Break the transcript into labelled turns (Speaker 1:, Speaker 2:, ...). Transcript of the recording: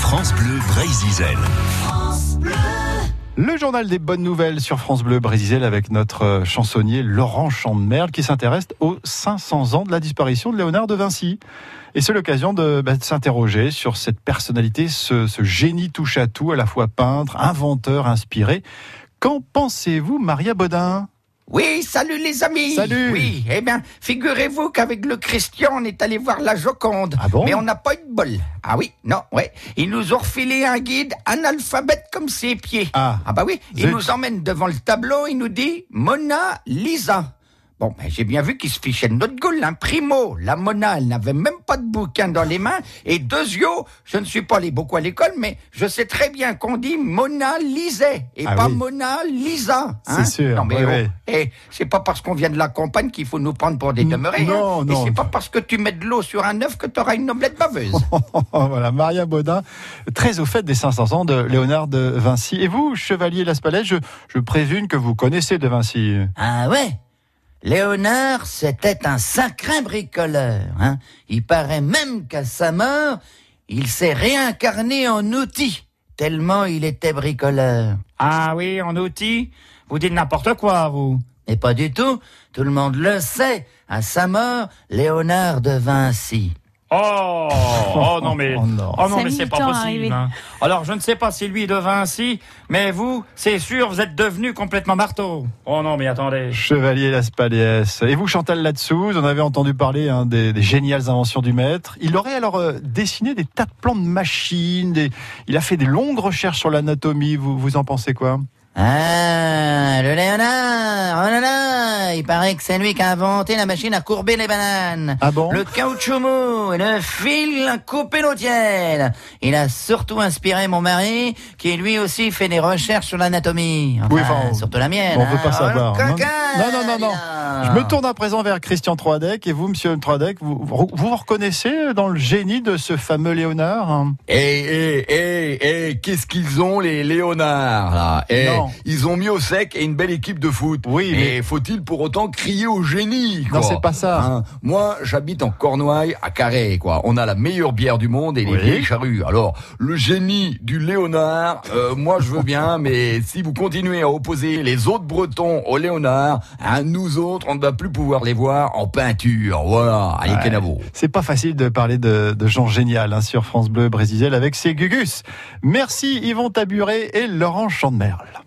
Speaker 1: France Bleu Brésil.
Speaker 2: Le journal des bonnes nouvelles sur France Bleu Brésil avec notre euh, chansonnier Laurent Chandemerle qui s'intéresse aux 500 ans de la disparition de Léonard de Vinci. Et c'est l'occasion de, bah, de s'interroger sur cette personnalité, ce, ce génie touche à tout, à la fois peintre, inventeur, inspiré. Qu'en pensez-vous, Maria Baudin
Speaker 3: Oui, salut les amis.
Speaker 2: Salut.
Speaker 3: Oui, eh bien, figurez-vous qu'avec le Christian, on est allé voir la Joconde.
Speaker 2: Ah bon
Speaker 3: Mais on n'a pas eu de bol. Ah oui, non, ouais. Ils nous ont refilé un guide analphabète comme ses pieds.
Speaker 2: Ah.
Speaker 3: bah oui, il
Speaker 2: Zut.
Speaker 3: nous emmène devant le tableau, il nous dit Mona Lisa. Bon, ben, j'ai bien vu qu'il se fichait de notre gueule, hein. Primo, la Mona, elle n'avait même pas de bouquin dans les mains. Et Deuxio, je ne suis pas allé beaucoup à l'école, mais je sais très bien qu'on dit Mona Lisa et
Speaker 2: Ah
Speaker 3: pas
Speaker 2: oui.
Speaker 3: Mona Lisa. hein.
Speaker 2: C'est sûr,
Speaker 3: Non, mais
Speaker 2: ouais, ouais.
Speaker 3: oh, eh, c'est pas parce qu'on vient de la campagne qu'il faut nous prendre pour des
Speaker 2: N-
Speaker 3: demeurés.
Speaker 2: non,
Speaker 3: hein.
Speaker 2: non.
Speaker 3: Et c'est pas parce que tu mets de l'eau sur un œuf que t'auras une omelette baveuse.
Speaker 2: Voilà, Maria Baudin, très au fait des 500 ans de Léonard de Vinci. Et vous, Chevalier Laspalais, je, je présume que vous connaissez de Vinci.
Speaker 4: Ah ouais Léonard, c'était un sacré bricoleur. Hein. Il paraît même qu'à sa mort, il s'est réincarné en outil, tellement il était bricoleur.
Speaker 5: Ah oui, en outil Vous dites n'importe quoi, vous.
Speaker 4: Mais pas du tout, tout le monde le sait, à sa mort, Léonard de Vinci.
Speaker 5: Oh, oh non mais,
Speaker 2: Oh non.
Speaker 5: oh non
Speaker 6: Ça a
Speaker 5: mais
Speaker 6: mis
Speaker 5: c'est
Speaker 6: du
Speaker 5: pas
Speaker 6: temps à
Speaker 5: possible.
Speaker 6: arriver.
Speaker 5: hein. Alors je ne sais pas si lui est de Vinci, mais vous, c'est sûr, vous êtes devenu complètement marteau. Oh non mais attendez.
Speaker 2: Chevalier Laspalès. Et vous, Chantal Latsou, vous en avez entendu parler hein, des, des géniales inventions du maître. Il aurait alors euh, dessiné des tas de plans de machines. des- Il a fait des longues recherches sur l'anatomie. Vous, vous en pensez quoi
Speaker 4: Ah, le Léonard, oh là là, il paraît que c'est lui qui a inventé la machine à courber les bananes.
Speaker 2: Ah bon
Speaker 4: Le caoutchouc mou et le fil à couper l'autienne. Il a surtout inspiré mon mari, qui lui aussi fait des recherches sur l'anatomie. Enfin,
Speaker 2: Oui, enfin, on-
Speaker 4: surtout la mienne.
Speaker 2: on
Speaker 4: hein.
Speaker 2: veut pas
Speaker 4: Oh,
Speaker 2: savoir.
Speaker 4: le
Speaker 2: Non,
Speaker 4: coquin,
Speaker 2: non, non, non, non.
Speaker 4: Léonard.
Speaker 2: Je me tourne à présent vers Christian Troadec. Et vous, monsieur Troadec, vous vous, vous reconnaissez dans le génie de ce fameux Léonard hein
Speaker 7: Eh, eh, eh, eh, qu'est-ce qu'ils ont, les Léonards, là Eh,
Speaker 2: Non.
Speaker 7: ils ont mis au sec et une belle équipe de foot.
Speaker 2: Oui, mais-
Speaker 7: mais faut-il pour autant crier au génie,
Speaker 2: Non,
Speaker 7: quoi
Speaker 2: c'est pas ça.
Speaker 7: Hein, Moi, j'habite en Cornouailles, à Carré, quoi. On a la meilleure bière du monde et les
Speaker 2: Oui.
Speaker 7: vieilles charrues. Alors, le génie du Léonard, euh, moi, je veux bien, mais si vous continuez à opposer les autres Bretons au Léonard, hein, nous autres, on ne va plus pouvoir les voir en peinture. Voilà, allez, Kenavo.
Speaker 2: C'est pas facile de parler de, de gens génial hein, sur France Bleu Brésil avec ses Gugus. Merci Yvon Taburet et Laurent Chandemerle.